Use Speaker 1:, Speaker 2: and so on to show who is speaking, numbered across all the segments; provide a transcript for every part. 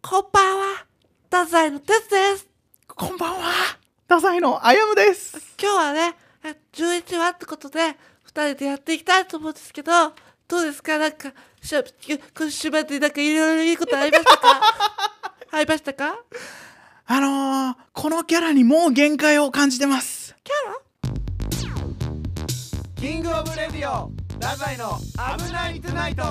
Speaker 1: こんばんは、太宰の哲です。
Speaker 2: こんばんは。ダサいのあやむです。
Speaker 1: 今日はね、え11話ってことで、二人でやっていきたいと思うんですけど、どうですかなんか、しゃ、今週までなんかいろいろいいことありましたかありましたか
Speaker 2: あのー、このキャラにもう限界を感じてます。
Speaker 1: キャロ
Speaker 2: キングオブレディオ、ダサいの危ないトゥナイト。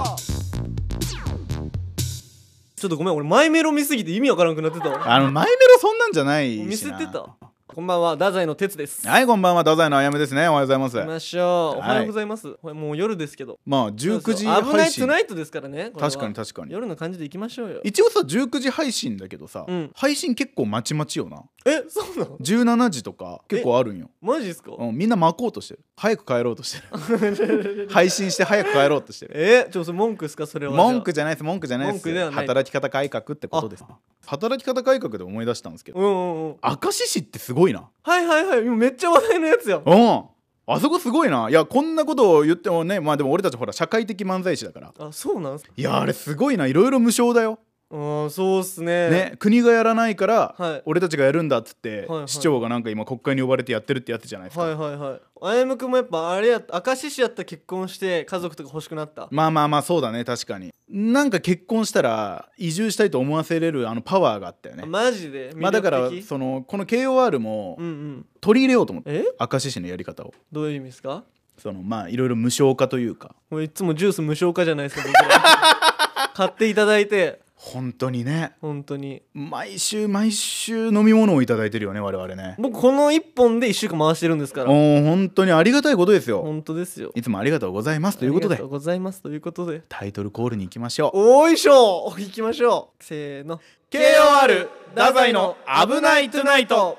Speaker 3: ちょっとごめん俺前メロ見すぎて意味わからんくなってたわ
Speaker 2: あの、 マイメロそんなんじゃないしな。
Speaker 3: 見せてたこんばんは太宰の哲です
Speaker 2: はい、こんばんは、ダサいのあやむですね。おはようござ
Speaker 3: 行
Speaker 2: い
Speaker 3: き
Speaker 2: ます。
Speaker 3: ましょうお
Speaker 2: はい
Speaker 3: はようございます、これもう夜ですけど
Speaker 2: まあ、19時
Speaker 3: そうそう危な
Speaker 2: 配
Speaker 3: いトゥ
Speaker 2: 信。
Speaker 3: ナイトですからねこれは
Speaker 2: 確かに確かに。
Speaker 3: 夜の感じで行きましょうよ
Speaker 2: 一応さ、19時配信だけどさ、
Speaker 3: うん
Speaker 2: 配信結構まちまちよな。
Speaker 3: えそうなの
Speaker 2: 17時とか結構あるんよ。
Speaker 3: マジですか、
Speaker 2: うん、みんな巻こうとしてる。早く帰ろうとして る。配信して早く帰ろうとしてる。
Speaker 3: えちょっと文句ですかそれは
Speaker 2: 文句
Speaker 3: じ
Speaker 2: じゃないです文句じゃないで
Speaker 3: 文
Speaker 2: す
Speaker 3: 句ではない
Speaker 2: 働き方改革ってことです働き方改革で思い出したんですけ
Speaker 3: ゃあ
Speaker 2: ど
Speaker 3: うんうんうん
Speaker 2: 明石市ってすごいな
Speaker 3: はいはいはい今めっちゃ話題のやつやん
Speaker 2: うんあそこすごいないやこんなことを言ってもねまあでも俺たちほら社会的漫才師だから
Speaker 3: あそうなんすか
Speaker 2: いやあれすごいないろいろ無償だよ、
Speaker 3: うんそうっすね
Speaker 2: ね、国がやらないから、
Speaker 3: はい
Speaker 2: 俺たちがやるんだっつって、
Speaker 3: はいはい
Speaker 2: 市長がなんか今国会に呼ばれてやってるってやつじゃないですか、
Speaker 3: はいはいはいあやむくんもやっぱあれやった明石市やったら結婚して家族とか欲しくなった
Speaker 2: まあまあまあそうだね確かになんか結婚したら移住したいと思わせれるあのパワーがあったよね
Speaker 3: マジで
Speaker 2: まあだから
Speaker 3: 魅力的
Speaker 2: そのこの KOR も
Speaker 3: うんうん
Speaker 2: 取り入れようと思って
Speaker 3: え
Speaker 2: 明石市のやり方を
Speaker 3: どういう意味ですか
Speaker 2: そのまあいろいろ無償化というか
Speaker 3: もういつもジュース無償化じゃないですか僕ら 買っていただいて
Speaker 2: 本当にね
Speaker 3: 本当に
Speaker 2: 毎週毎週飲み物をいただいてるよね我々ね
Speaker 3: 僕この1本で1週間回してるんですから
Speaker 2: もう本当にありがたいことですよ
Speaker 3: 本当ですよ
Speaker 2: いつもありがとうございますということ
Speaker 3: ありが
Speaker 2: で
Speaker 3: とうございますということで
Speaker 2: タイトルコールに行きましょう
Speaker 3: おーいしょ行きましょうせーの
Speaker 2: KOR 太宰の危ないトゥナイト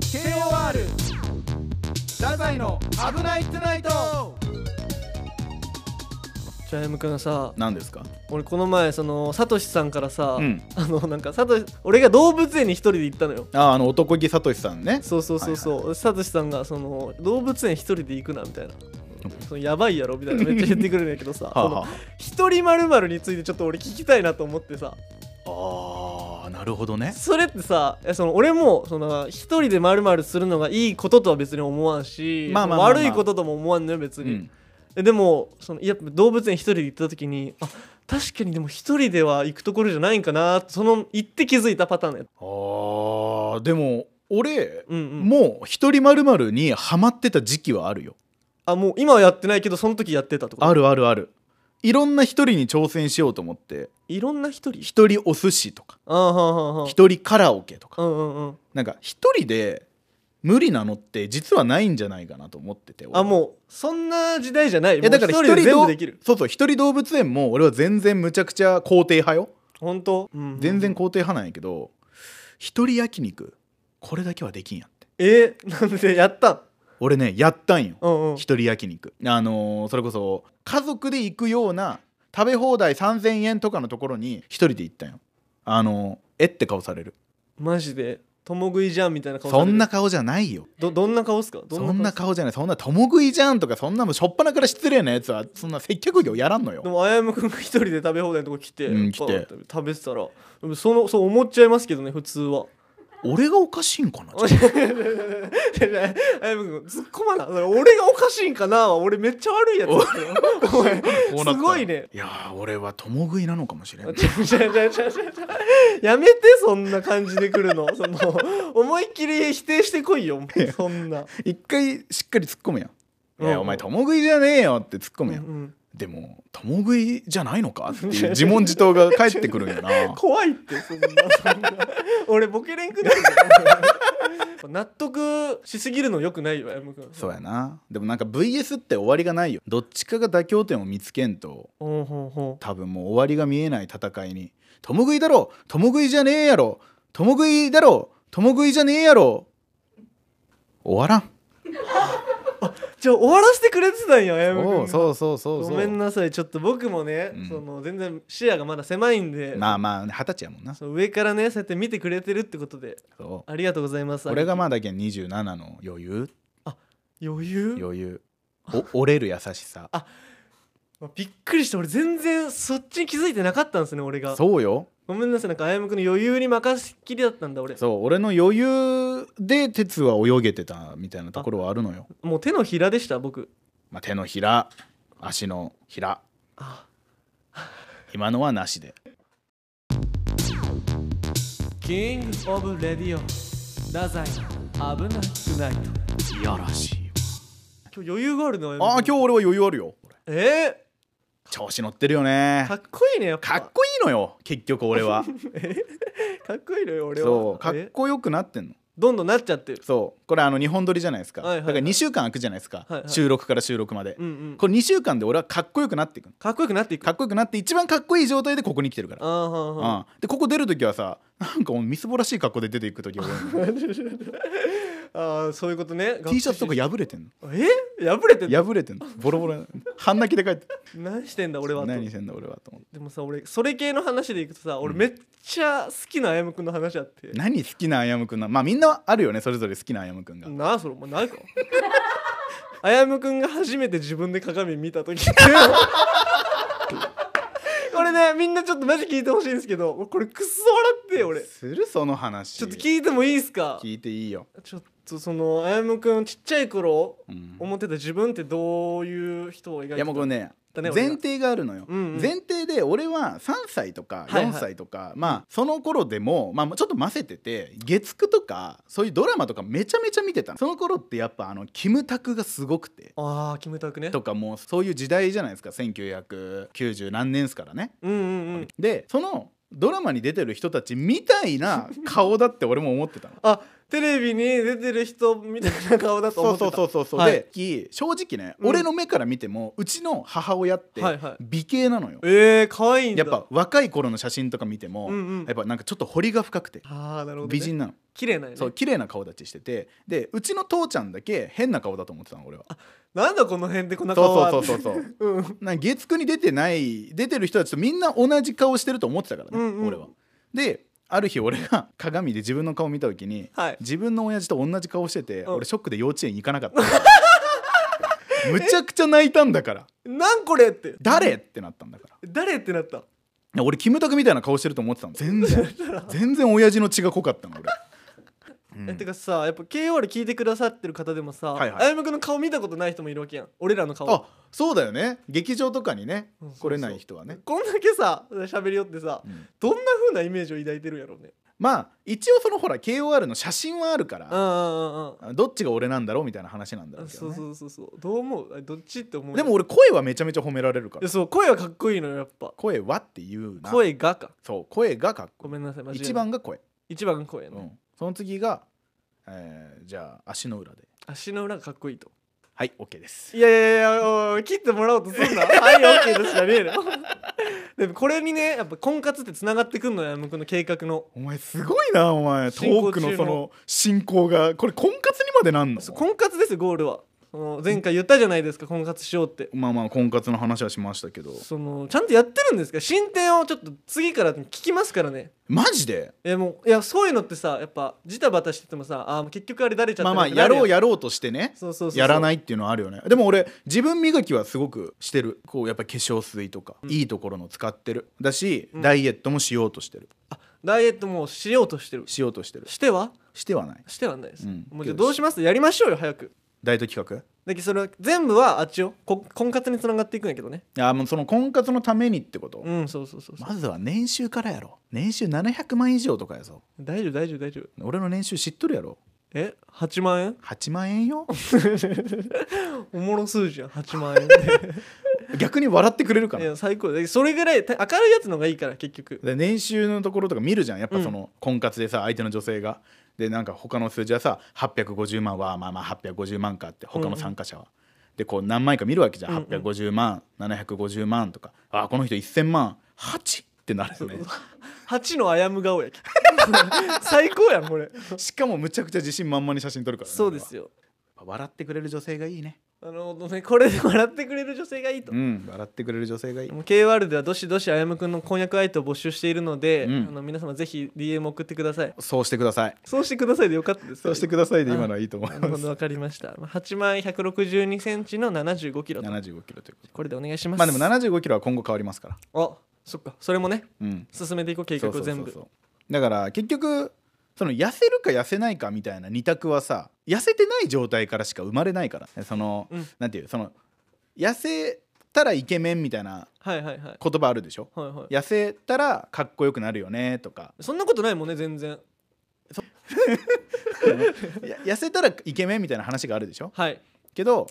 Speaker 3: KOR
Speaker 2: 太宰の危ないトゥナイト
Speaker 3: ジャイムくんさ
Speaker 2: 何ですか
Speaker 3: 俺この前そのサトシさんからさ、
Speaker 2: うん
Speaker 3: あのなんかサトシ俺が動物園に一人で行ったのよ
Speaker 2: ああの男気さとしさんね
Speaker 3: そうそうそうそう、サトシさんがその動物園一人で行くなみたいなそのやばいやろみたいなめっちゃ言ってくるんやけどさ
Speaker 2: はあ、は
Speaker 3: その一人まるまるについてちょっと俺聞きたいなと思ってさ
Speaker 2: あ、あーなるほどね
Speaker 3: それってさえその俺もその一人でまるまるするのがいいこととは別に思わんし、
Speaker 2: まあまあまあまあ
Speaker 3: 悪いこととも思わんのよ別
Speaker 2: う
Speaker 3: に、
Speaker 2: ん
Speaker 3: えでもそのやっぱ動物園一人で行った時にあ確かにでも一人では行くところじゃないんかなその行って気づいたパターンのやつ
Speaker 2: あーでも俺
Speaker 3: うんうん
Speaker 2: もう一人まるまるにハマってた時期はあるよ
Speaker 3: あもう今はやってないけどその時やってたってこと
Speaker 2: あるあるあるいろんな一人に挑戦しようと思って
Speaker 3: いろんな一人
Speaker 2: 一人お寿司とか
Speaker 3: あーはーはーはー
Speaker 2: 一人カラオケとか
Speaker 3: うんうんうん
Speaker 2: なんか一人で無理なのって実はないんじゃないかなと思ってて俺
Speaker 3: あもうそんな時代じゃない
Speaker 2: いやだから
Speaker 3: も
Speaker 2: 一
Speaker 3: う一人で
Speaker 2: 人
Speaker 3: 全
Speaker 2: 動
Speaker 3: 部できる
Speaker 2: そうそう一人動物園も俺は全然むちゃくちゃ肯定派よ
Speaker 3: 本当、うんうん
Speaker 2: 全然肯定派なんやけど一人焼肉これだけはできんやって
Speaker 3: え ー、なんでやったん
Speaker 2: 俺ねやったんよ
Speaker 3: うんうん
Speaker 2: 一人焼肉あのーそれこそ家族で行くような食べ放題3,000円とかのところに一人で行ったんよあのーえって顔される
Speaker 3: マジで共食いじゃんみたいな顔され
Speaker 2: そ
Speaker 3: る
Speaker 2: んな顔じゃないよ
Speaker 3: どどんな顔っすかど
Speaker 2: そんな
Speaker 3: 顔っ
Speaker 2: 顔じゃないそんな共食いじゃんとかそんなもうしょっぱなから失礼なやつはそんな接客業やらんのよ
Speaker 3: すでもあやむくんが一人で食べ放題のとこ来て,、
Speaker 2: うん来て
Speaker 3: 食べてたらでもそのそう思っちゃいますけどね普通は
Speaker 2: 俺がおかしいんかなちょっと
Speaker 3: あやむくん突っ込まなそれ俺がおかしいんかなは俺めっちゃ悪いやつ だよお前
Speaker 2: こうなったら
Speaker 3: すごいね
Speaker 2: いやー俺は共食いなのかもしれない
Speaker 3: ちゃちゃちゃちゃちゃ やめてそんな感じで来るの その思いっきり否定してこいよもうそんな、
Speaker 2: 一回しっかり突っ込むやん「
Speaker 3: うん
Speaker 2: いやお前共食いじゃねえよ」って突っ込
Speaker 3: う
Speaker 2: む
Speaker 3: んう
Speaker 2: やん、
Speaker 3: ん、
Speaker 2: でも共食いじゃないのかって いう自問自答が返ってくるんや な
Speaker 3: 怖いってそんなそんな 俺ボケれんくなるよ 納得しすぎるのよくないよあやむくん
Speaker 2: そうやなでもなんか VS って終わりがないよどっちかが妥協点を見つけんと
Speaker 3: ほんほんほん
Speaker 2: 多分もう終わりが見えない戦いに「共食いだろ共食いじゃねえやろ共食いだろ共食いじゃねえやろ」終わらん
Speaker 3: じゃあ終わらせてくれてたんやあやむくん
Speaker 2: そう
Speaker 3: が
Speaker 2: そうそうそうそう
Speaker 3: ごめんなさいちょっと僕もね、
Speaker 2: うん
Speaker 3: その全然視野がまだ狭いんで、
Speaker 2: まあまあ二十歳やもんな
Speaker 3: その上からねそうやって見てくれてるってことで
Speaker 2: そう
Speaker 3: ありがとうございます
Speaker 2: 俺がまだけん27の余裕
Speaker 3: 余裕
Speaker 2: 余裕お折れる優しさ
Speaker 3: まあびっくりして俺全然そっちに気づいてなかったんですね俺が
Speaker 2: そうよ
Speaker 3: ごめんなさいなんかあやむくんの余裕に任せっきりだったんだ俺
Speaker 2: そう俺の余裕で鉄は泳げてたみたいなところはあるのよ、
Speaker 3: もう手のひらでした僕
Speaker 2: まあ、手のひら足のひら
Speaker 3: あ
Speaker 2: 今のはなしで
Speaker 3: キングオブレディオ太宰危なくない
Speaker 2: いやらしい
Speaker 3: 今日余裕があるの
Speaker 2: わあー今日俺は余裕あるよ
Speaker 3: 日え
Speaker 2: 調子乗ってるよ
Speaker 3: ー、
Speaker 2: ね
Speaker 3: かっこいいねやっ
Speaker 2: か
Speaker 3: ぱ
Speaker 2: っこいいのよ結局俺 は
Speaker 3: かっこいいのよ俺は
Speaker 2: そうかっ
Speaker 3: え
Speaker 2: こよくなってんの
Speaker 3: どんどんなっちゃってる
Speaker 2: そうこれあの2本撮りじゃないですか、
Speaker 3: はいはいはい
Speaker 2: だから2週間空くじゃないですか、
Speaker 3: はいはい
Speaker 2: 収録から収録まで、
Speaker 3: うんうん
Speaker 2: これ2週間で俺はかっこよくなっていくの
Speaker 3: かっこよくなっていく
Speaker 2: かっこよくなって一番かっこいい状態でここに来てるから、
Speaker 3: あーはんはん
Speaker 2: うんでここ出る時はさなんかもうみすぼらしい格好で出ていく時俺
Speaker 3: あーそういうことね
Speaker 2: T シャツとか破れ てん
Speaker 3: え破れて
Speaker 2: の破れてんのボロボロ半泣きで帰って
Speaker 3: 何してんだ 俺はと
Speaker 2: 何してんだ俺はと思って
Speaker 3: でもさ俺それ系の話でいくとさ俺めっちゃ好きなあやむくんの話あって、
Speaker 2: 何好きなあやむくんなまあみんなあるよねそれぞれ好きなあやむくんが、
Speaker 3: なあそれお 前ないかあやむくんが初めて自分で鏡見た時これねみんなちょっとマジ聞いてほしいんですけどこれくっそ笑ってよ俺ち
Speaker 2: するその話
Speaker 3: ょっと聞いてもいいですか
Speaker 2: 聞いていいよ、
Speaker 3: ちょっとそのあやむくんちっちゃい頃
Speaker 2: うん
Speaker 3: 思ってた自分ってどういう人を描いて
Speaker 2: いやもうこれね
Speaker 3: だね俺が
Speaker 2: 前提があるのよ、
Speaker 3: うんうん
Speaker 2: 前提で俺は3歳とか
Speaker 3: はいはい
Speaker 2: 4歳とか、まあその頃でも、まあ、ちょっとませてて月9とかそういうドラマとかめちゃめちゃ見てたのその頃ってやっぱあのキムタクがすごくて
Speaker 3: ああキムタクね
Speaker 2: とかもうそういう時代じゃないですか1990何年ですからね
Speaker 3: うんうんうん
Speaker 2: でそのドラマに出てる人たちみたいな顔だって俺も思ってたの
Speaker 3: あテレビに出てる人みたいな顔だと
Speaker 2: そ
Speaker 3: 思っ
Speaker 2: う
Speaker 3: てた
Speaker 2: そうそうそうそう、
Speaker 3: はい
Speaker 2: でき正直ね、
Speaker 3: うん
Speaker 2: 俺の目から見てもうちの母親って
Speaker 3: はいはい
Speaker 2: 美形なのよ、
Speaker 3: えー、可愛いんだ
Speaker 2: やっぱ若い頃の写真とか見ても、
Speaker 3: うんうん
Speaker 2: やっぱなんかちょっと彫りが深くて
Speaker 3: ああなるほど、ね、
Speaker 2: 美人なの、
Speaker 3: 綺麗なんやね
Speaker 2: そう綺麗な顔立ちしててでうちの父ちゃんだけ変な顔だと思ってたの俺は
Speaker 3: なんだこの辺でこんな顔
Speaker 2: そ
Speaker 3: は
Speaker 2: うそうそうそうそう
Speaker 3: うんうん
Speaker 2: なんか月9に出てない出てる人たちとみんな同じ顔してると思ってたからね、
Speaker 3: うんうん
Speaker 2: 俺はである日俺が鏡で自分の顔見た時に、
Speaker 3: はい
Speaker 2: 自分の親父と同じ顔してて、
Speaker 3: うん
Speaker 2: 俺ショックで幼稚園行かなかった むちゃくちゃ泣いたんだから
Speaker 3: なんこれって
Speaker 2: 誰ってなったんだから
Speaker 3: 誰ってなった
Speaker 2: いや俺キムタクみたいな顔してると思ってたの全然 全然親父の血が濃かったの俺
Speaker 3: えてかさやっぱ KOR 聞いてくださってる方でもさ、
Speaker 2: はいはい
Speaker 3: あやむくんの顔見たことない人もいるわけやん俺らの顔
Speaker 2: あそうだよね劇場とかにね
Speaker 3: うんそうそ
Speaker 2: 来
Speaker 3: う
Speaker 2: れない人はね
Speaker 3: こんだけさ喋りよってさ、
Speaker 2: うん
Speaker 3: どんな風なイメージを抱いてるんやろうね
Speaker 2: まあ一応そのほら KOR の写真はあるか
Speaker 3: うん
Speaker 2: ら
Speaker 3: うんうん
Speaker 2: どっちが俺なんだろうみたいな話なんだ
Speaker 3: う
Speaker 2: ろ
Speaker 3: ん
Speaker 2: うけど
Speaker 3: そう
Speaker 2: ね
Speaker 3: そうそうそうどう思うあどっちって思う
Speaker 2: でも俺声はめちゃめちゃ褒められるか
Speaker 3: いや
Speaker 2: ら
Speaker 3: そう声はかっこいいのよやっぱ
Speaker 2: 声はっていうな
Speaker 3: 声がか
Speaker 2: そう声がかっ
Speaker 3: ご
Speaker 2: こ
Speaker 3: めんなさい間
Speaker 2: いい
Speaker 3: 違えない
Speaker 2: 一番が声、
Speaker 3: 一番が声やね、
Speaker 2: うんその次が、えーじゃあ足の裏で
Speaker 3: 足の裏がかっこいいと
Speaker 2: はい OK です
Speaker 3: いやいやいやおい切ってもらおうとすんな はい OK ですじゃねえのでもこれにねやっぱ婚活ってつながってくんのよ向こうの計画の
Speaker 2: お前すごいなお前ト
Speaker 3: 進行
Speaker 2: ークの
Speaker 3: 中
Speaker 2: そ
Speaker 3: の
Speaker 2: の進行がこれ婚活にまでなんの
Speaker 3: そう婚活ですよゴールはその前回言ったじゃないですか婚活しようって
Speaker 2: まあまあ婚活の話はしましたけど
Speaker 3: そのちゃんとやってるんですか進展をちょっと次から聞きますからね
Speaker 2: マジで
Speaker 3: えもういやそういうのってさやっぱジタバタしててもさあーもう結局あれだれちゃっ
Speaker 2: ま
Speaker 3: た
Speaker 2: あ
Speaker 3: な
Speaker 2: まあ
Speaker 3: ってな
Speaker 2: や
Speaker 3: る
Speaker 2: ろうんやろうとしてね
Speaker 3: そうそうそう
Speaker 2: やら
Speaker 3: い
Speaker 2: ないっていうのはあるよねでも俺自分磨きはすごくしてるこうやっぱ化粧水とか、いいところの使ってるだし、
Speaker 3: うん
Speaker 2: ダイエットもしようとしてる
Speaker 3: ダイエットもうしようとしてる
Speaker 2: しようとしてる
Speaker 3: しては
Speaker 2: してはない
Speaker 3: してはないです、
Speaker 2: うん
Speaker 3: もうじゃあどうしますやりましょうよ早く
Speaker 2: ダイエット企
Speaker 3: だけどそれは全部はあっちよこ婚活につながっていくんやけどね
Speaker 2: 画あもうその婚活のためにってこと、
Speaker 3: うんそうそうそうそう、
Speaker 2: まずは年収からやろ年収700万以上とかやぞ
Speaker 3: 大丈夫大丈夫大丈夫
Speaker 2: 俺の年収知っとるやろ
Speaker 3: え8万円
Speaker 2: 8万円 よ
Speaker 3: おもろ数字やん8万 円
Speaker 2: 逆に笑ってくれるか
Speaker 3: い
Speaker 2: な
Speaker 3: や最高だそれぐらいた明るいやつの方がいいから結局
Speaker 2: で年収のところとか見るじゃんやっぱ
Speaker 3: うん
Speaker 2: その婚活でさ相手の女性がでなんか他の数字はさ850万はまあまあ850万かって他の参加者は、でこう何枚か見るわけじゃん、
Speaker 3: うんうん
Speaker 2: 850万750万とかあこの人1000万8ってなるよね
Speaker 3: 8のあやむ顔 や最高やんこれ
Speaker 2: しかもむちゃくちゃ自信満々に写真撮るからね、
Speaker 3: そうですよ
Speaker 2: 俺は笑ってくれる女性がいいね
Speaker 3: なるほどねこれで笑ってくれる女性がいいと
Speaker 2: う、ん笑ってくれる女性がいい
Speaker 3: もう KR ではどしどしあやむくんの婚約相手を募集しているので、
Speaker 2: うん
Speaker 3: あの皆様ぜひ DM 送ってください
Speaker 2: そうしてください
Speaker 3: そうしてくださいでよかったです
Speaker 2: そうしてくださいで今のはいいと思い
Speaker 3: なる
Speaker 2: ま
Speaker 3: ほ
Speaker 2: す
Speaker 3: どわかりましたまあ8枚1 6 2センチの7 5キロと
Speaker 2: 75キロということで
Speaker 3: これでお願いします
Speaker 2: まあでも75キロは今後変わりますから
Speaker 3: あそっかそれもね
Speaker 2: うん
Speaker 3: 進めていこう計画を全部
Speaker 2: そうそうそうそうだから結局その痩せるか痩せないかみたいな二択はさ痩せてない状態からしか生まれないからその、
Speaker 3: うん
Speaker 2: なんていうその痩せたらイケメンみたいな
Speaker 3: はいはいはい
Speaker 2: 言葉あるでしょ
Speaker 3: はいはい
Speaker 2: 痩せたらかっこよくなるよねとか
Speaker 3: そんなことないもんね全然
Speaker 2: や痩せたらイケメンみたいな話があるでしょ
Speaker 3: はい
Speaker 2: けど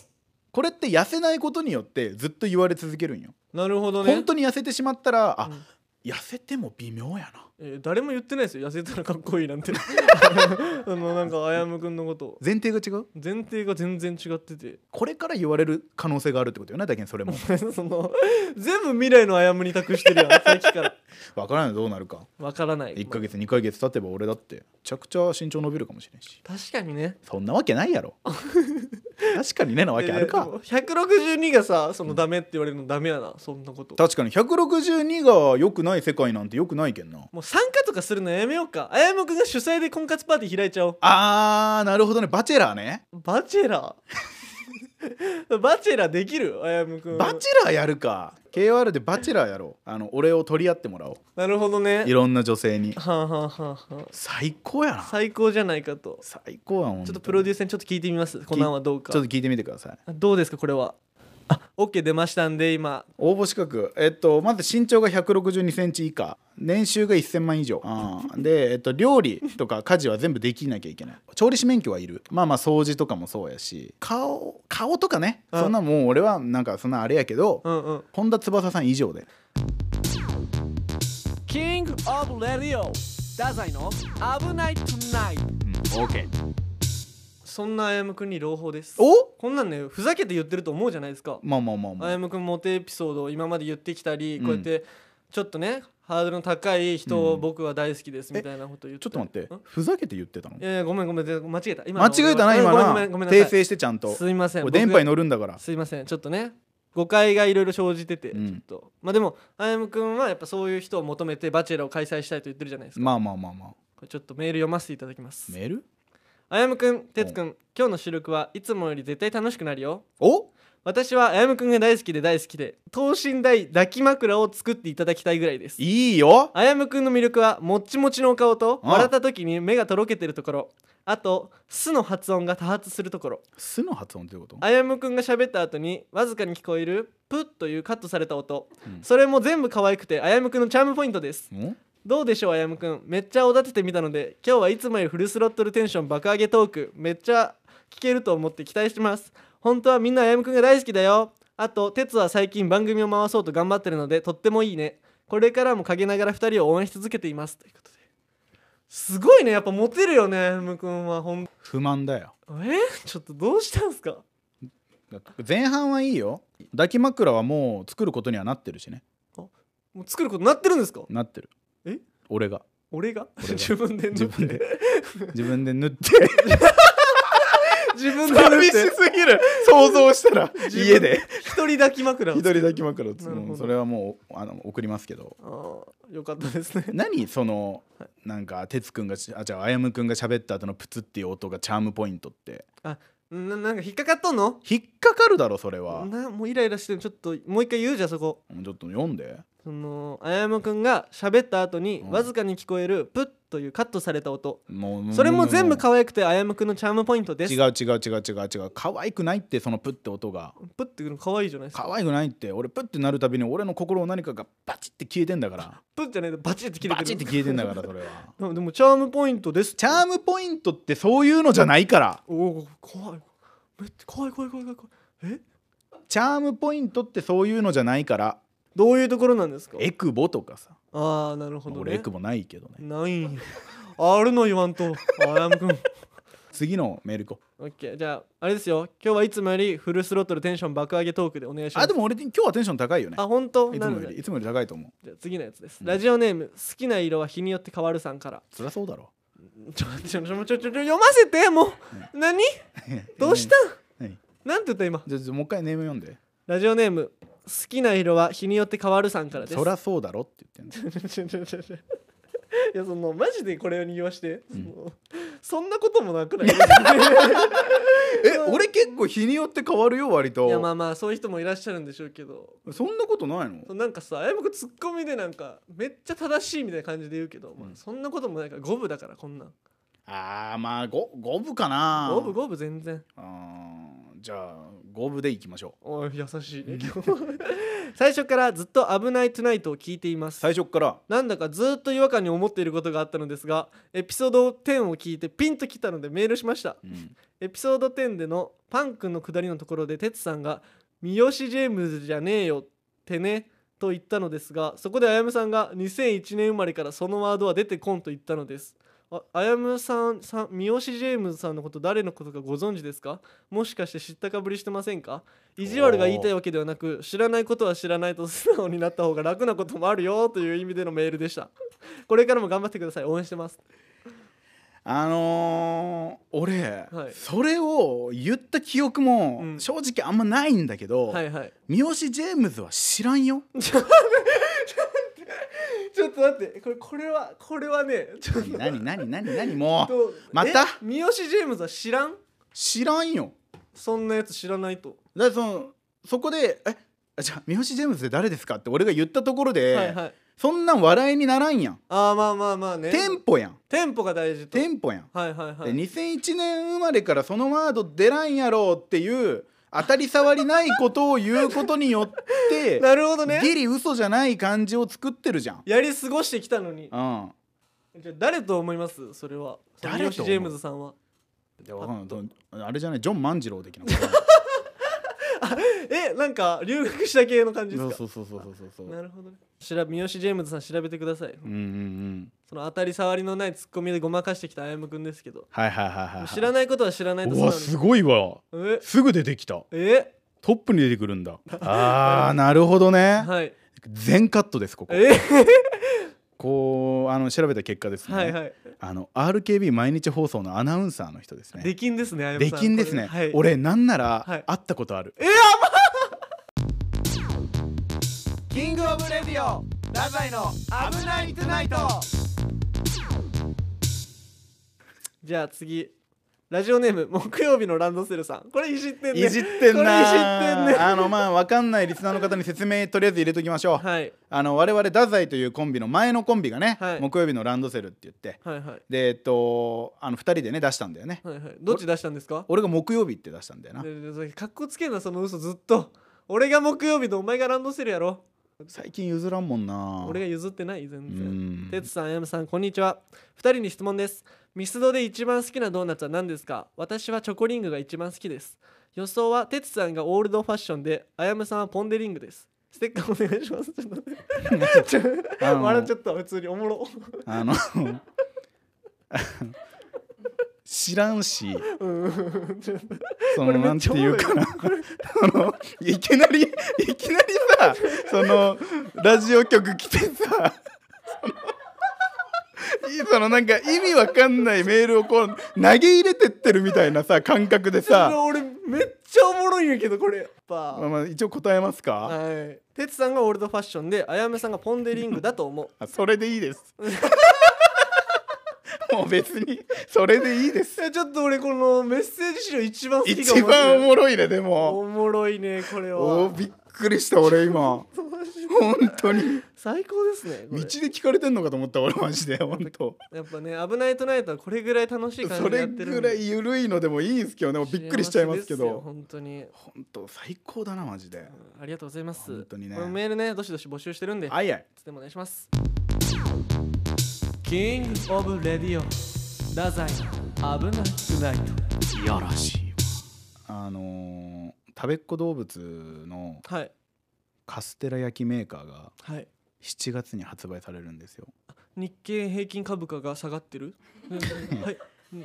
Speaker 2: これって痩せないことによってずっと言われ続けるんよ、
Speaker 3: なるほどね
Speaker 2: 本当に痩せてしまったらあ、
Speaker 3: うん
Speaker 2: 痩せても微妙やな
Speaker 3: えー誰も言ってないですよ痩せたらかっこいいなん てあのなんかあやむくんのこと
Speaker 2: 前提が違う
Speaker 3: 前提が全然違ってて
Speaker 2: これから言われる可能性があるってことよなだけにそれも
Speaker 3: その全部未来のあやむに託してるやんさっきから
Speaker 2: わからないどうなるか
Speaker 3: わからない
Speaker 2: 1ヶ月2ヶ月経てば俺だってめちゃくちゃ身長伸びるかもしれんし
Speaker 3: 確かにね
Speaker 2: そんなわけないや ろ確かにねなわけある
Speaker 3: で
Speaker 2: か
Speaker 3: も162がさそのダメって言われるのダメやなそんなこと
Speaker 2: 確かに162が良くない世界なんて良くないけんな
Speaker 3: もう参加とかするのやめようかあやむくんが主催で婚活パーティー開いちゃおう
Speaker 2: あーなるほどねバチェラーね
Speaker 3: バチェラー バチェラーできるあやむくん
Speaker 2: バチェラーやるか KR でバチェラーやろうあの俺を取り合ってもらおう
Speaker 3: なるほどね
Speaker 2: いろんな女性に
Speaker 3: はあ、はあはあは
Speaker 2: 最高や
Speaker 3: あ、
Speaker 2: な
Speaker 3: 最高じゃないかと
Speaker 2: 最高やもん
Speaker 3: ちょっとプ
Speaker 2: デ
Speaker 3: ロ
Speaker 2: ュ
Speaker 3: デューサーにちょっと聞いてみますこんなんはどうか
Speaker 2: ちょっと聞いてみてください
Speaker 3: どうですかこれはあ OK 出ましたんで今
Speaker 2: 応募資格えっとまず身長が1 6 2センチ以下年収が1000万以上あーで、えっと、料理とか家事は全部できなきゃいけない調理師免許はいるまあまあ掃除とかもそうやし顔顔とかね
Speaker 3: うん
Speaker 2: そんなもう俺はなんかそんなあれやけど
Speaker 3: うんうん
Speaker 2: 本田翼さん以上で
Speaker 3: キングオブレディオダザイの危ないトゥナイト
Speaker 2: OK
Speaker 3: そんなあやむくんに朗報です
Speaker 2: お
Speaker 3: こんなんねふざけて言ってると思うじゃないですか
Speaker 2: まあまあまあま
Speaker 3: あや
Speaker 2: あ
Speaker 3: むくんモテエピソードを今まで言ってきたり、
Speaker 2: うん
Speaker 3: こうやってちょっとねハードルの高い人を僕は大好きです
Speaker 2: うん
Speaker 3: みたいなこと言って
Speaker 2: ちょっと待って
Speaker 3: ん
Speaker 2: ふざけて言ってたの
Speaker 3: いやいやごめんごめんで間違えた今
Speaker 2: 間
Speaker 3: の
Speaker 2: 違えたな今
Speaker 3: ごめんご
Speaker 2: な
Speaker 3: めんごめんな
Speaker 2: 訂
Speaker 3: さい
Speaker 2: 正してちゃんと
Speaker 3: すいません
Speaker 2: これ電波に
Speaker 3: 僕
Speaker 2: 乗るんだから
Speaker 3: すいませんちょっとね誤解がいろいろ生じてて、
Speaker 2: うん
Speaker 3: ちょっとまあでもあやむくんはやっぱそういう人を求めてバチェラーを開催したいと言ってるじゃないですか、
Speaker 2: まあまあまあまあ
Speaker 3: これちょっとメール読ませていただきます
Speaker 2: メール
Speaker 3: あやむくんてつくん今日の収録はいつもより絶対楽しくなるよ
Speaker 2: お
Speaker 3: 私はあやむくんが大好きで大好きで等身大抱き枕を作っていただきたいぐらいです
Speaker 2: いいよ
Speaker 3: あやむくんの魅力はもっちもちのお顔と
Speaker 2: うん
Speaker 3: 笑った時に目がとろけてるところあと「す」の発音が多発するところ
Speaker 2: すの発音ってこと
Speaker 3: あやむくんが喋った後にわずかに聞こえる「プッ」というカットされた音、
Speaker 2: うん
Speaker 3: それも全部可愛くてあやむくんのチャームポイントです
Speaker 2: ん
Speaker 3: どうでしょうあやむくんめっちゃおだててみたので今日はいつもよりフルスロットルテンション爆上げトークめっちゃ聞けると思って期待してます本当はみんなあやむくんが大好きだよあと哲は最近番組を回そうと頑張ってるのでとってもいいねこれからも陰ながら2人を応援し続けていますということですごいねやっぱモテるよねあやむくんはほん
Speaker 2: 不満だよ
Speaker 3: えちょっとどうしたんすか
Speaker 2: 前半はいいよ抱き枕はもう作ることにはなってるしね
Speaker 3: もう作ることになってるんですか
Speaker 2: なってる
Speaker 3: え
Speaker 2: 俺が
Speaker 3: 俺が
Speaker 2: 俺が
Speaker 3: 自分で
Speaker 2: 自分で 自分で塗って
Speaker 3: 自分で塗
Speaker 2: 寂
Speaker 3: っ
Speaker 2: しす
Speaker 3: て
Speaker 2: ぎる想像したら
Speaker 3: 自 分
Speaker 2: 家 で
Speaker 3: 一人抱き枕を
Speaker 2: 一人抱き枕をつ
Speaker 3: なるほ
Speaker 2: う
Speaker 3: ど
Speaker 2: んそれはもうあの送りますけど
Speaker 3: ああよかったですね
Speaker 2: 何そのなんか哲くんがしあじゃああやむくんが喋った後のプツっていう音がチャームポイントって
Speaker 3: ななんか引っかかっとんの
Speaker 2: 引っかかるだろそれは
Speaker 3: なもうイライラしてるちょっともう一回言うじゃんそこ
Speaker 2: ちょっと読んで
Speaker 3: そのあやむくんが喋った後に
Speaker 2: うん
Speaker 3: わずかに聞こえるプッというカットされた音
Speaker 2: もう
Speaker 3: それも全部
Speaker 2: か
Speaker 3: 可愛くてあやむくんのチャームポイントです
Speaker 2: 違う違う違う違う違う可愛くないってそのプって音が
Speaker 3: プッていうの可愛いじゃないですか
Speaker 2: 可愛くないって俺プッてなるたびに俺の心の何かがバチって消えてんだから
Speaker 3: プッじゃないとバチって切れて
Speaker 2: バ
Speaker 3: る
Speaker 2: チって消えてんだからそれは
Speaker 3: でもでもチャームポイントです
Speaker 2: チャームポイントってそういうのじゃないから
Speaker 3: おお怖いめっちゃ怖い怖い怖い怖い怖いえ
Speaker 2: チャームポイントってそういうのじゃないから
Speaker 3: どういうところなんですか
Speaker 2: エクボとかさ、
Speaker 3: ああなるほどね
Speaker 2: 俺エクボないけどね
Speaker 3: ないんよあるの言わんとあやむくん
Speaker 2: 次のメール行こう
Speaker 3: オッケーじゃああれですよ今日はいつもよりフルスロットルテンション爆上げトークでお願いします
Speaker 2: あでも俺今日はテンション高いよね
Speaker 3: あ本当
Speaker 2: い
Speaker 3: な
Speaker 2: つも
Speaker 3: の
Speaker 2: より
Speaker 3: で
Speaker 2: いつもより高いと思う
Speaker 3: じゃあ次のやつです、
Speaker 2: うん
Speaker 3: ラジオネーム好きな色は日によって変わるさんから
Speaker 2: 辛そうだろ
Speaker 3: ちょちょちょちょちょ読ませてもう、何どうしたん
Speaker 2: 何
Speaker 3: なんて言った今
Speaker 2: じゃあじゃあもう一回ネーム読んで
Speaker 3: ラジオネーム好きな色は日によって変わるさんからです
Speaker 2: そりゃそうだろって言ってんの
Speaker 3: ちょちょちょちょいやそのマジでこれに言わして、そのそんなこともなく ない
Speaker 2: え俺結構日によって変わるよ割と
Speaker 3: いやまあまあそういう人もいらっしゃるんでしょうけど
Speaker 2: そんなことないの
Speaker 3: そうなんかさあやむくツッコミでなんかめっちゃ正しいみたいな感じで言うけど、まあ
Speaker 2: うん
Speaker 3: そんなこともないから五分だからこんなん
Speaker 2: あーまあご五分かな
Speaker 3: 五分五分全然
Speaker 2: うんじゃあ五分でいきましょう
Speaker 3: おい優しいね今日 最初からずっと「危ないトゥナイト」を聞いています
Speaker 2: 最初っから
Speaker 3: なんだかずっと違和感に思っていることがあったのですがエピソード10を聞いてピンときたのでメールしました
Speaker 2: うん
Speaker 3: エピソード10でのパン君の下りのところで哲さんが「三好ジェームズじゃねえよってね」と言ったのですがそこであやむさんが2001年生まれからそのワードは出てこんと言ったのですああやむさんさん三好ジェームズさんのこと誰のことかご存知ですかもしかして知ったかぶりしてませんか意地悪が言いたいわけではなく知らないことは知らないと素直になった方が楽なこともあるよという意味でのメールでしたこれからも頑張ってください応援してます
Speaker 2: あのー俺、
Speaker 3: はい
Speaker 2: それを言った記憶も
Speaker 3: うん
Speaker 2: 正直あんまないんだけど、
Speaker 3: はいはい
Speaker 2: 三好ジェームズは知らんよ
Speaker 3: ちょっと待ってこれこれはこれはねちょっと
Speaker 2: 何何何何もう
Speaker 3: と
Speaker 2: また
Speaker 3: え三好ジェームズは知らん
Speaker 2: 知らんよ
Speaker 3: そんなやつ知らないと、
Speaker 2: だってそのそこで「えあじゃあ三好ジェームズって誰ですか?」って俺が言ったところで、
Speaker 3: はいはい
Speaker 2: そんなん笑いにならんやん
Speaker 3: ああまあまあまあね
Speaker 2: テンポやん
Speaker 3: テンポが大事と
Speaker 2: テンポやん、
Speaker 3: はいはいは
Speaker 2: で
Speaker 3: い
Speaker 2: 2001年生まれからそのワード出らんやろうっていう当たり障りないことを言うことによって
Speaker 3: なるほどね
Speaker 2: ギリ嘘じゃない感じを作ってるじゃん、
Speaker 3: やり過ごしてきたの
Speaker 2: うん
Speaker 3: にじゃあ誰と思いますそれはその
Speaker 2: 誰と思う
Speaker 3: 三好ジェームズさんは
Speaker 2: で
Speaker 3: パッと
Speaker 2: うんあれじゃないジョン万次郎的なこと
Speaker 3: えなんか留学した系の感じです
Speaker 2: そう
Speaker 3: か
Speaker 2: そうそうそうそうそう
Speaker 3: なるほどね調べ三好ジェームズさん調べてください、
Speaker 2: うんうんうん
Speaker 3: その当たり障りのないツッコミでごまかしてきたあやむくんですけど
Speaker 2: はいはいはいはいはい
Speaker 3: 知らないことは知らないと
Speaker 2: う
Speaker 3: な
Speaker 2: わ
Speaker 3: のに
Speaker 2: すごいわ
Speaker 3: え
Speaker 2: すぐ出てきた
Speaker 3: え
Speaker 2: トップに出てくるん だあーなるほどね
Speaker 3: はい
Speaker 2: 全カットですここ
Speaker 3: え
Speaker 2: こうあの調べた結果ですね、
Speaker 3: はいはい
Speaker 2: あの RKB 毎日放送のアナウンサーの人ですね
Speaker 3: 出禁ですねあやむ
Speaker 2: で
Speaker 3: さん
Speaker 2: きんですね、
Speaker 3: これはい、
Speaker 2: 俺なんな
Speaker 3: はい
Speaker 2: ら会ったことある、
Speaker 3: キングオブレディオラザイの危ないトゥナイトじゃあ次ラジオネーム木曜日のランドセルさんこれいじってんね
Speaker 2: いじってん
Speaker 3: これいじってん
Speaker 2: な
Speaker 3: ね
Speaker 2: あのまあ分かんないリスナーの方に説明とりあえず入れときましょう、
Speaker 3: はい
Speaker 2: あの我々太宰というコンビの前のコンビがね、
Speaker 3: はい
Speaker 2: 木曜日のランドセルって言って
Speaker 3: はいはい
Speaker 2: でえっとあの2人でね出したんだよね、
Speaker 3: はいはいどっち出したんですか
Speaker 2: 俺が木曜日って出したんだよな、
Speaker 3: ねねねかっこつけんなその嘘ずっと俺が木曜日でお前がランドセルやろ
Speaker 2: 最近譲らんもんな
Speaker 3: 俺が譲ってない全
Speaker 2: う
Speaker 3: 然
Speaker 2: ん
Speaker 3: てつさんあやむさんこんにちは二人に質問ですミスドで一番好きなドーナツは何ですか私はチョコリングが一番好きです予想はてつさんがオールドファッションであやむさんはポンデリングですステッカーお願いしますちょっと待ってちょ
Speaker 2: あの
Speaker 3: 笑っちゃった普通におもろ
Speaker 2: あの知らんし
Speaker 3: うんちょっと
Speaker 2: そ
Speaker 3: こ
Speaker 2: の
Speaker 3: れ
Speaker 2: な
Speaker 3: めっ
Speaker 2: んて
Speaker 3: ちゃお
Speaker 2: い
Speaker 3: も
Speaker 2: う
Speaker 3: ろい
Speaker 2: かなそのいきなりいきなりさそのラジオ局来てさそのいいそのなんか意味わかんないメールをこう投げ入れてってるみたいなさ感覚で
Speaker 3: ちょっと
Speaker 2: さ、
Speaker 3: 俺めっちゃおもろいんやけどこれやっぱ
Speaker 2: まあ、まあ一応答えますか
Speaker 3: はいてつさんがオールドファッションであやむさんがポンデリングだと思う
Speaker 2: あそれでいいです もう別にそれでいいです
Speaker 3: いやちょっと俺このメッセージ資料一番好きが
Speaker 2: 一番お
Speaker 3: 面白い
Speaker 2: もろいねでも
Speaker 3: おもろいねこれ
Speaker 2: お
Speaker 3: は
Speaker 2: ーびっくりした俺今本当に
Speaker 3: 最高ですねこ
Speaker 2: 道
Speaker 3: れ
Speaker 2: で聞かれてんのかと思った俺マジで本当
Speaker 3: やっぱね「危ないトゥナイト」はこれぐらい楽しい感
Speaker 2: そ
Speaker 3: じでや
Speaker 2: れ
Speaker 3: ってる
Speaker 2: ぐらい緩いのでもいいんすけどねもうびっくりしちゃいますけ
Speaker 3: 幸せでよ
Speaker 2: ど
Speaker 3: 本当に
Speaker 2: 本当最高だなマジで
Speaker 3: ありがとうございます
Speaker 2: 本当にね
Speaker 3: このメールねどしどし募集してるんで
Speaker 2: あいあい
Speaker 3: いつでもお願いしますキングオブレディオ太宰の危ないトゥナイ
Speaker 2: いやらしいわあのー食べっ子動物の
Speaker 3: トはい
Speaker 2: カステラ焼きメーカーが
Speaker 3: はい
Speaker 2: 7月に発売されるんですよ
Speaker 3: 日経平均株価が下がって るはい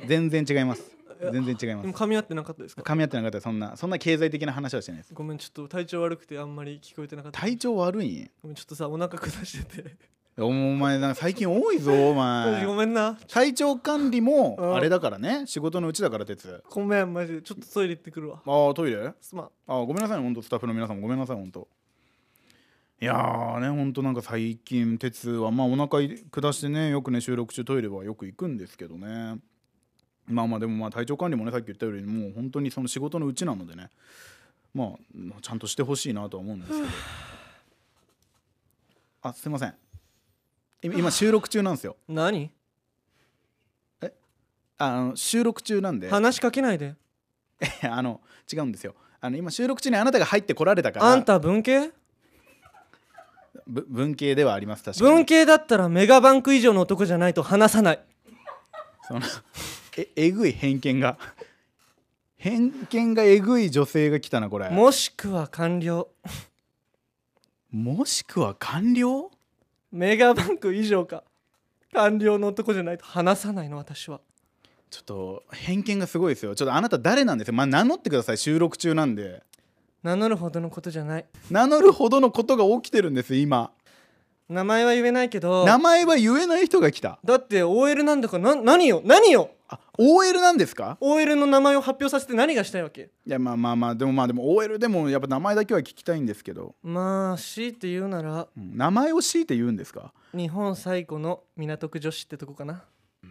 Speaker 2: 全然違います全然違いま
Speaker 3: ですも噛み合ってなかったですか
Speaker 2: 噛み合ってなかったらそんなそんな経済的な話はしてないです
Speaker 3: ごめんちょっと体調悪くてあんまり聞こえてなかった
Speaker 2: 体調悪いん
Speaker 3: ごめんちょっとさお腹下してて
Speaker 2: お前なんか最近多いぞお 前
Speaker 3: ごめんな
Speaker 2: 体調管理
Speaker 3: う
Speaker 2: も
Speaker 3: ん
Speaker 2: あれだからね仕事のうちだから鉄
Speaker 3: ごめんマジでちょっとトイレ行ってくるわ
Speaker 2: ああトイレ
Speaker 3: すまん
Speaker 2: あーごめんなさい本当スタッフの皆さんもごめんなさい本当いやーね本当なんか最近鉄はまあお腹い下してねよくね収録中トイレはよく行くんですけどねまあまあでもまあ体調管理もねさっき言ったようにもう本当にその仕事のうちなのでねまあちゃんとしてほしいなとは思うん ですけどあすいません今今収録中なんですよ
Speaker 3: 何
Speaker 2: ああの収録中なんで
Speaker 3: 話しかけないで
Speaker 2: あの違うんですよあの今収録中にあなたが入ってこられたから
Speaker 3: あんた文系
Speaker 2: ぶ文系ではあります確かに
Speaker 3: 文系だったらメガバンク以上の男じゃないと話さない
Speaker 2: その ええぐい偏見が偏見がえぐい女性が来たなこれも
Speaker 3: もしくは官僚
Speaker 2: しくは官僚
Speaker 3: メガバンク以上か官僚の男じゃないと話さないの私は
Speaker 2: ちょっと偏見がすごいですよちょっとあなた誰なんですよ、まあ、名乗ってください収録中なんで
Speaker 3: 名乗るほどのことじゃない
Speaker 2: 名乗るほどのことが起きてるんです今
Speaker 3: 名前は言えないけど
Speaker 2: 名前は言えない人が来た
Speaker 3: だって OL なんだからな何よ何よ
Speaker 2: あ OL なんですか
Speaker 3: OL の名前を発表させて何がしたいわけ
Speaker 2: いやまあまあまあでもまあでも OL でもやっぱ名前だけは聞きたいんですけど、
Speaker 3: まあ強いて言うなら
Speaker 2: うん名前を強いて言うんですか
Speaker 3: 日本最古の港区女子ってとこかな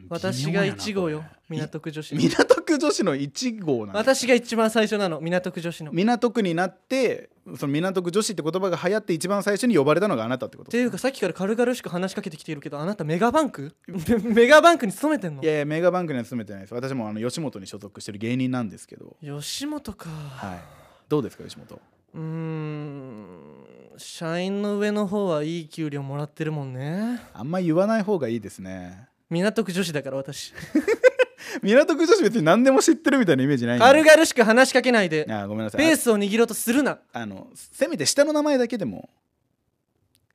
Speaker 3: 私が1号よ港区女子
Speaker 2: 港区女子の1号なんです
Speaker 3: 私が一番最初なの港区女子のっ
Speaker 2: 港区になってその港区女子って言葉が流行って一番最初に呼ばれたのがあなたってこと
Speaker 3: ていうかさっきから軽々しく話しかけてきているけどあなたメガバンクメガバンクに勤めてんの
Speaker 2: いやいやメガバンクには勤めてないです私もあの吉本に所属してる芸人なんですけど、
Speaker 3: 吉本か、
Speaker 2: はい、どうですか吉本
Speaker 3: うーん社員の上の方はいい給料もらってるもんね
Speaker 2: あんま言わない方がいいですね
Speaker 3: 港区女子だから私
Speaker 2: 港区女子別に何でも知ってるみたいなイメージないんで
Speaker 3: 軽々しく話しかけないで
Speaker 2: あごめんなさい
Speaker 3: ペースを握ろうとするな
Speaker 2: ああのせめて下の名前だけでも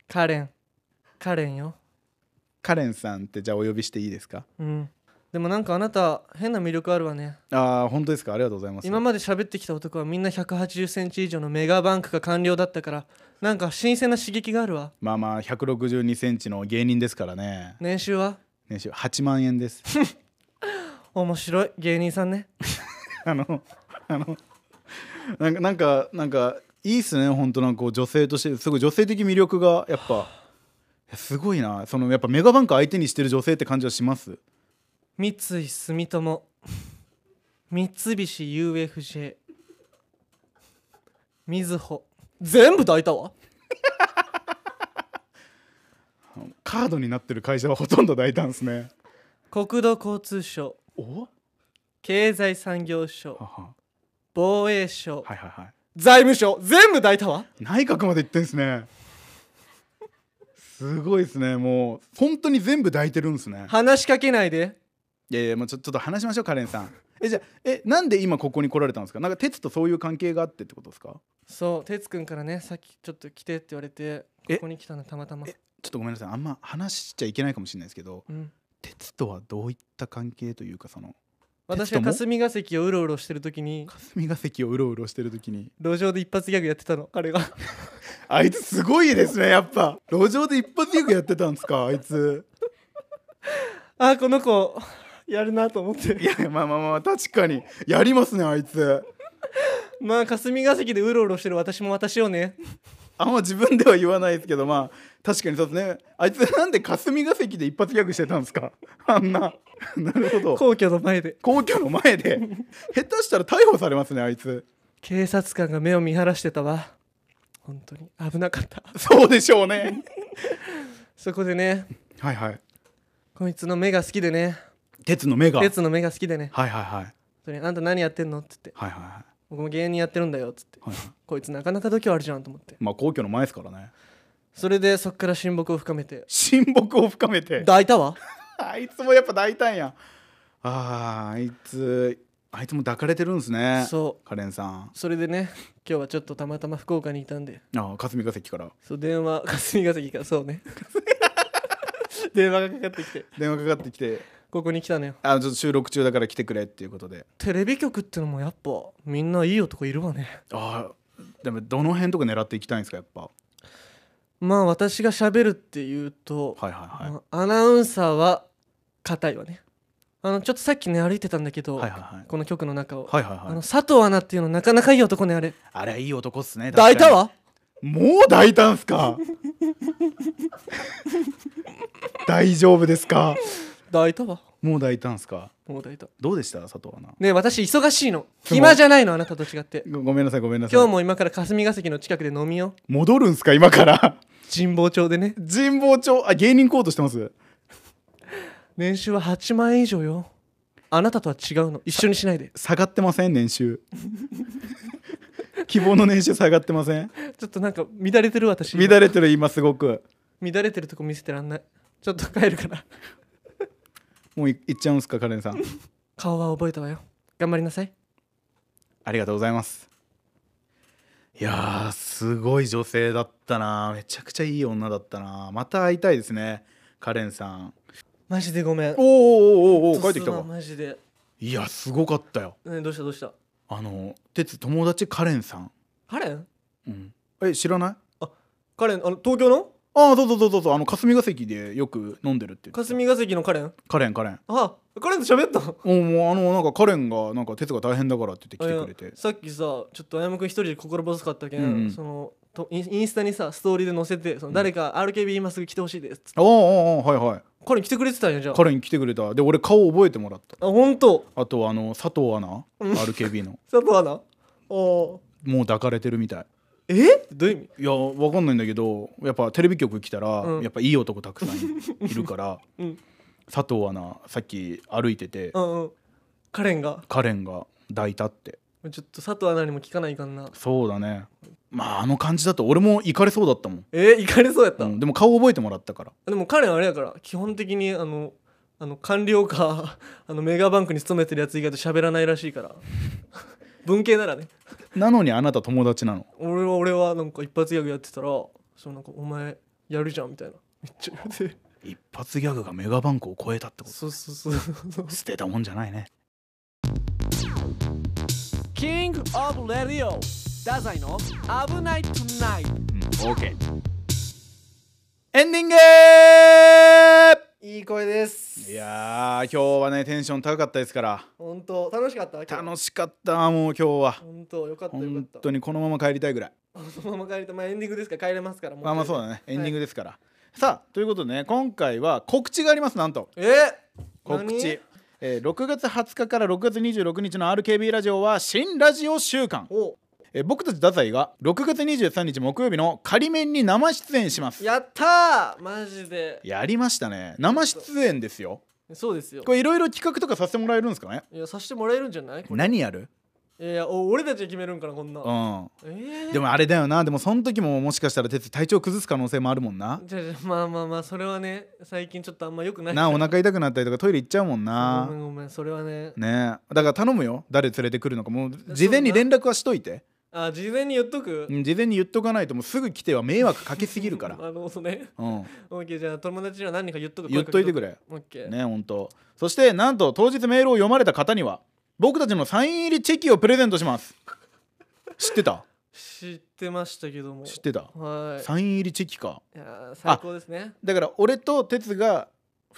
Speaker 3: カレンカレンよ
Speaker 2: カレンさんってじゃあお呼びしていいですか
Speaker 3: うんでもなんかあなた変な魅力あるわね
Speaker 2: ああ本当ですかありがとうございます
Speaker 3: 今まで喋ってきた男はみんな1 8 0センチ以上のメガバンクが官僚だったからなんか新鮮な刺激があるわ
Speaker 2: まあまあ1 6 2ンチの芸人ですからね
Speaker 3: 年収は
Speaker 2: 年収8万円です
Speaker 3: 面白い芸人さんね
Speaker 2: あの、あの、なんか、なんか、なんか、いいっすね、本当なんかこう女性として、すごい女性的魅力が、やっぱ。すごいな、その、やっぱメガバンク相手にしてる女性って感じはします。
Speaker 3: 三井住友三菱 UFJ みずほ全部抱いたわ
Speaker 2: カードになってる会社はほとんど大胆ですね。
Speaker 3: 国土交通省
Speaker 2: お。は
Speaker 3: 経済産業省
Speaker 2: は
Speaker 3: 防衛省、
Speaker 2: はいはいはい。
Speaker 3: 財務省全部抱いたわ
Speaker 2: 内閣まで行ってんすね。すごいですね、もう、本当に全部抱いてるんですね。
Speaker 3: 話しかけないで
Speaker 2: いやいや、もうちょ、ちょっと話しましょう、カレンさん。え、じゃあ、え、なんで今ここに来られたんですか。なんか、鉄とそういう関係があってってことですか。
Speaker 3: そう哲くんからねさっきちょっと来てって言われてこ
Speaker 2: え
Speaker 3: こに来たのたまたま
Speaker 2: ちょっとごめんなさいあんま話しちゃいけないかもしれないですけど
Speaker 3: うん
Speaker 2: 鉄とはどういった関係というかその
Speaker 3: 私が
Speaker 2: 哲人
Speaker 3: 霞が関をうろうろしてる時に
Speaker 2: 霞が関をうろうろしてる時に
Speaker 3: 路上で一発ギャグやってたの 彼が
Speaker 2: あいつすごいですねやっぱ路上で一発ギャグやってたんですかあいつ
Speaker 3: あーこの子やるなと思って
Speaker 2: いやまあまあまあ確かにやりますねあいつ
Speaker 3: まあ霞が関でうろうろしてる私も私をね
Speaker 2: あんま自分では言わないですけどまあ確かにそうですねあいつなんで霞が関で一発ギャグしてたんですかあんななるほど
Speaker 3: 皇居の前で
Speaker 2: 皇居の前で下手したら逮捕されますねあいつ
Speaker 3: 警察官が目を見晴らしてたわ本当に危なかった
Speaker 2: そうでしょうね
Speaker 3: そこでね
Speaker 2: はいはい
Speaker 3: こいつの目が好きでね
Speaker 2: 鉄の目が
Speaker 3: 哲の目が好きでね
Speaker 2: はいはいはい
Speaker 3: 本当にあんた何やってんの?」っつって
Speaker 2: はいはいはい
Speaker 3: 「僕も芸人やってるんだよ」っつって
Speaker 2: はいはい
Speaker 3: こいつなかなか度胸あるじゃんと思って
Speaker 2: まあ皇居の前ですからね
Speaker 3: それでそっから親睦を深めて
Speaker 2: 親睦を深めて
Speaker 3: 抱いたわ
Speaker 2: あいつもやっぱ大胆やあーあいつあいつも抱かれてるんですね
Speaker 3: そう
Speaker 2: カレンさん
Speaker 3: それでね今日はちょっとたまたま福岡にいたんで
Speaker 2: ああ霞が関から
Speaker 3: そう電話霞が関からそう ね電話がかかってきて
Speaker 2: 電話かかってきて
Speaker 3: ここに来たのよ
Speaker 2: あちょっと収録中だから来てくれっていうことで
Speaker 3: テレビ局ってのもやっぱみんないい男いるわね
Speaker 2: ああでもどの辺とか狙っていきたいんですかやっぱ
Speaker 3: まあ私が喋るっていうと、
Speaker 2: はいはいは
Speaker 3: まあアナウンサーは硬いわねあのちょっとさっきね歩いてたんだけど、
Speaker 2: いはいはいはい
Speaker 3: この局の中を、
Speaker 2: はいはい
Speaker 3: あ
Speaker 2: は
Speaker 3: の
Speaker 2: い
Speaker 3: 佐藤アナっていうのなかなかいい男ねあれ
Speaker 2: あれはいい男っすね
Speaker 3: 抱いたわ
Speaker 2: もう抱いたんす か大丈夫ですか
Speaker 3: 抱いたわ
Speaker 2: もう抱いたんすか
Speaker 3: もう抱いた
Speaker 2: どうでした佐藤アナ
Speaker 3: ねえ私忙しいの暇じゃないのあなたと違って
Speaker 2: ごごめんなさいごめんなさい
Speaker 3: 今日も今から霞が関の近くで飲みよう
Speaker 2: 戻るんすか今から
Speaker 3: 神保町でね
Speaker 2: 神保町あ芸人コートしてます
Speaker 3: 年収は8万円以上よあなたとは違うの一緒にしないで
Speaker 2: 下がってません年収 希望の年収下がってません
Speaker 3: ちょっとなんか乱れてる私
Speaker 2: 乱
Speaker 3: 乱
Speaker 2: れてる今すごく
Speaker 3: れてるとこ見せてらんないちょっと帰るから
Speaker 2: もういいっちゃうんすかカレンさん
Speaker 3: 顔は覚えたわよ頑張りなさい
Speaker 2: ありがとうございますいやーすごい女性だったなめちゃくちゃいい女だったなまた会いたいですねカレンさん
Speaker 3: マジでごめん
Speaker 2: おーおーおーおー帰ってきた
Speaker 3: すま
Speaker 2: わ
Speaker 3: んマジで、
Speaker 2: いやすごかったよ
Speaker 3: ね、どうしたどうした
Speaker 2: あの鉄友達カレンさん、
Speaker 3: カレン
Speaker 2: うん、え知らない
Speaker 3: カレンあの東京の
Speaker 2: ああそうそうそうそうそうあの霞が関でよく飲んでるって言ってた
Speaker 3: 霞が関のカレン
Speaker 2: カレンカレン
Speaker 3: あカレンと喋った
Speaker 2: おうもうあのなんかカレンがなんか鉄が大変だからって言って来てく
Speaker 3: あい
Speaker 2: れ
Speaker 3: や
Speaker 2: て
Speaker 3: さっきさちょっとあやむくん一人で心細かったけん、
Speaker 2: うんうん
Speaker 3: そのとインインスタにさストーリーで載せてその誰か RKB 今すぐ来てほしいですっつって
Speaker 2: おうおうおうはいはい
Speaker 3: カレン来てくれてたんやじゃあ
Speaker 2: カレン来てくれたで俺顔覚えてもらった
Speaker 3: あ本当
Speaker 2: あとあの佐藤アナ
Speaker 3: うん
Speaker 2: RKB の
Speaker 3: 佐藤アナお
Speaker 2: もう抱かれてるみたい
Speaker 3: えどういう意味
Speaker 2: いやわかんないんだけどやっぱテレビ局来たら、
Speaker 3: うん
Speaker 2: やっぱいい男たくさんいいるから、
Speaker 3: うん
Speaker 2: 佐藤アナさっき歩いてて、
Speaker 3: うんうんカレンが
Speaker 2: カレンが抱いたって
Speaker 3: ちょっと佐藤アナにも聞かないかんな
Speaker 2: そうだねまああの感じだと俺も行かれそうだったもん、
Speaker 3: え行かれそうやった、
Speaker 2: うんでも顔覚えてもらったから
Speaker 3: でもカレンあれやから基本的にあのあの官僚か あのメガバンクに勤めてるやつ以外と喋らないらしいから 文系ならね
Speaker 2: なのにあなた友達なの
Speaker 3: 俺は俺はなんか一発ギャグやってたらそのなんかお前やるじゃんみたいなめっちゃ言われて
Speaker 2: 一発ギャグがメガバンクを超えたってこ
Speaker 3: そうそうそうそう
Speaker 2: と捨てたもんじゃないね
Speaker 3: キングオブレディオダザイの危ないトゥナイト
Speaker 2: うん OK エンディング
Speaker 3: いい声です
Speaker 2: いやー今日はねテンション高かったですから
Speaker 3: 本当楽しかった今日
Speaker 2: 楽しかったもう今日は
Speaker 3: 本当よかったよかっ
Speaker 2: 本
Speaker 3: た
Speaker 2: 当にこのまま帰りたいぐらい
Speaker 3: そのまま帰りたまあエンディングですから帰れますからも
Speaker 2: まあまあそうだねエンディング
Speaker 3: グ
Speaker 2: ですから、さあということでね今回は告知がありますなんと
Speaker 3: え
Speaker 2: 告知
Speaker 3: 何、
Speaker 2: えー6月20日から6月26日の RKB ラジオは新ラジオ週間、
Speaker 3: お
Speaker 2: えー僕たち太宰が6月23日木曜日の仮面に生出演します
Speaker 3: やったーマジで
Speaker 2: やりましたね生出演ですよ
Speaker 3: そうですよ
Speaker 2: これいろいろ企画とかさせてもらえるんですかね
Speaker 3: いやさしてもらえるんじゃないこれ
Speaker 2: 何やる
Speaker 3: いやいやお俺たちで決めるんかなこんな
Speaker 2: うん
Speaker 3: えー、
Speaker 2: でもあれだよなでもその時ももしかしたら鉄体調崩す可能性もあるもんな
Speaker 3: じゃあじゃあまあまあまあそれはね最近ちょっとあんま良くな い
Speaker 2: なあお腹痛くなったりとかトイレ行っちゃうもん
Speaker 3: ごめ
Speaker 2: なん
Speaker 3: ごめんそれはね
Speaker 2: ねえだから頼むよ誰連れてくるのかもう事前に連絡はしといて
Speaker 3: あ事前に言っとく
Speaker 2: うん事前に言っとかないともうすぐ来ては迷惑かけすぎるか ら
Speaker 3: あのそうね
Speaker 2: うん
Speaker 3: オッケーじゃあ友達には何人か言っとく
Speaker 2: 言っといてくれ
Speaker 3: オッケー
Speaker 2: ね本当そしてなんと当日メールを読まれた方には僕たちのサイン入りチェキをプレゼントします知ってた
Speaker 3: 知ってましたけども
Speaker 2: 知ってた
Speaker 3: は
Speaker 2: サイン入りチェキか
Speaker 3: いいやー最高ですね
Speaker 2: だから俺と哲が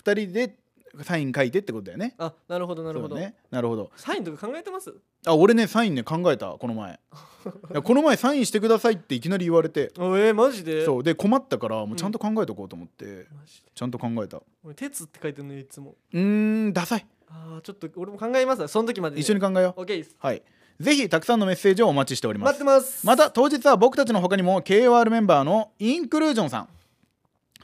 Speaker 2: 2人でサイン書いてってことだよね
Speaker 3: あなるほどな
Speaker 2: な
Speaker 3: るほど、
Speaker 2: ね、なるほど
Speaker 3: サインとか考えてます
Speaker 2: あ俺ねサインね考えたこの 前いやこの前サインしてくださいっていきなり言われて
Speaker 3: おえー、マジで
Speaker 2: そうで困ったからもうちゃんと考えとこうと思って、
Speaker 3: マジで
Speaker 2: ちゃんと考えたう
Speaker 3: 俺鉄って書いてるのよいつも
Speaker 2: ーんダサい
Speaker 3: あーちょっと俺も考えますわその時まで、
Speaker 2: 一緒に
Speaker 3: 考
Speaker 2: 考えよう
Speaker 3: オッケーです
Speaker 2: はいぜひたくさんのメッセージをお待ちしております
Speaker 3: 待ってます
Speaker 2: また当日は僕たちの他にも KOR メンバーのインクルージョンさん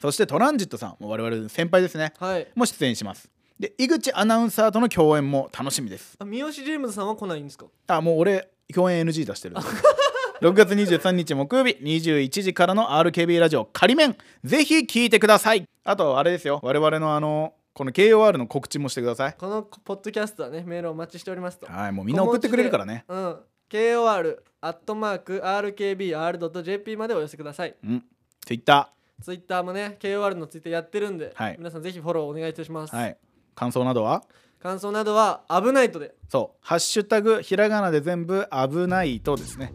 Speaker 2: そしてトランジットさんもう我々の先輩ですね
Speaker 3: はい
Speaker 2: も出演しますで井口アナウンサーとの共演も楽しみです
Speaker 3: あ三好ジェームズさんは来ないんですか
Speaker 2: あもう俺共演 NG 出してる6月23日木曜日21時からの RKB ラジオ仮面ぜひ聞いてくださいあとあれですよ我々のあのこの KOR の告知もしてください
Speaker 3: このポッドキャストはねメールをお待ちしておりますと
Speaker 2: はいもうみんな送ってくれるからね
Speaker 3: うん KOR アットマーク RKBR.jp までお寄せください
Speaker 2: うん Twitter
Speaker 3: ツイッターもね KOR のツイッターやってるんで、
Speaker 2: はい
Speaker 3: 皆さんぜひフォローお願いいたします、
Speaker 2: はい感想などは
Speaker 3: 感想などは「危ないとで
Speaker 2: そう「ハッシュタグひらがな」で全部「危ないと」ですね、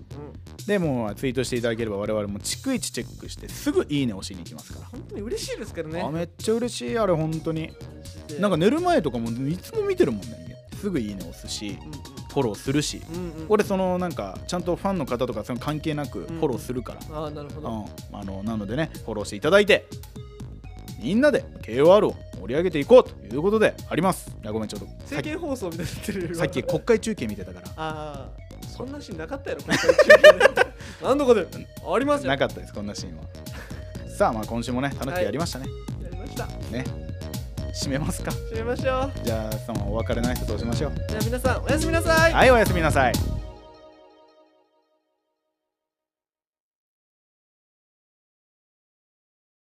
Speaker 3: う
Speaker 2: でもうツイートしていただければ我々も逐一チェックしてすぐ「いいね」押しに行きますから、
Speaker 3: 本当に嬉しいですから
Speaker 2: あ
Speaker 3: ね
Speaker 2: めっちゃ嬉しいあれ本当に
Speaker 3: で
Speaker 2: なんか寝る前とかもいつも見てるもんねすぐ「いいね」押すしフォローするし
Speaker 3: うんうんうんうん
Speaker 2: 俺そのなんかちゃんとファンの方とかそういうの関係なく
Speaker 3: ん
Speaker 2: フォローするから、
Speaker 3: ああなるほ
Speaker 2: う
Speaker 3: ど
Speaker 2: んあのなのでねフォローしていただいてみんなで KOR を盛り上げていこうということでありますいやごめんちょっとさっき
Speaker 3: 政見放送みたいになってる
Speaker 2: さっき国会中継見てたから
Speaker 3: ああそんなシーンなかったやろ国会中継何度かでありますよ
Speaker 2: なかったですこんなシーンは さあまあ今週もね楽しくやりましたね、
Speaker 3: やりました
Speaker 2: ね締めますか
Speaker 3: 締めましょう
Speaker 2: じゃあそのお別れの挨拶をしましょう
Speaker 3: じゃあ皆さんおやすみなさい
Speaker 2: はいおやすみなさい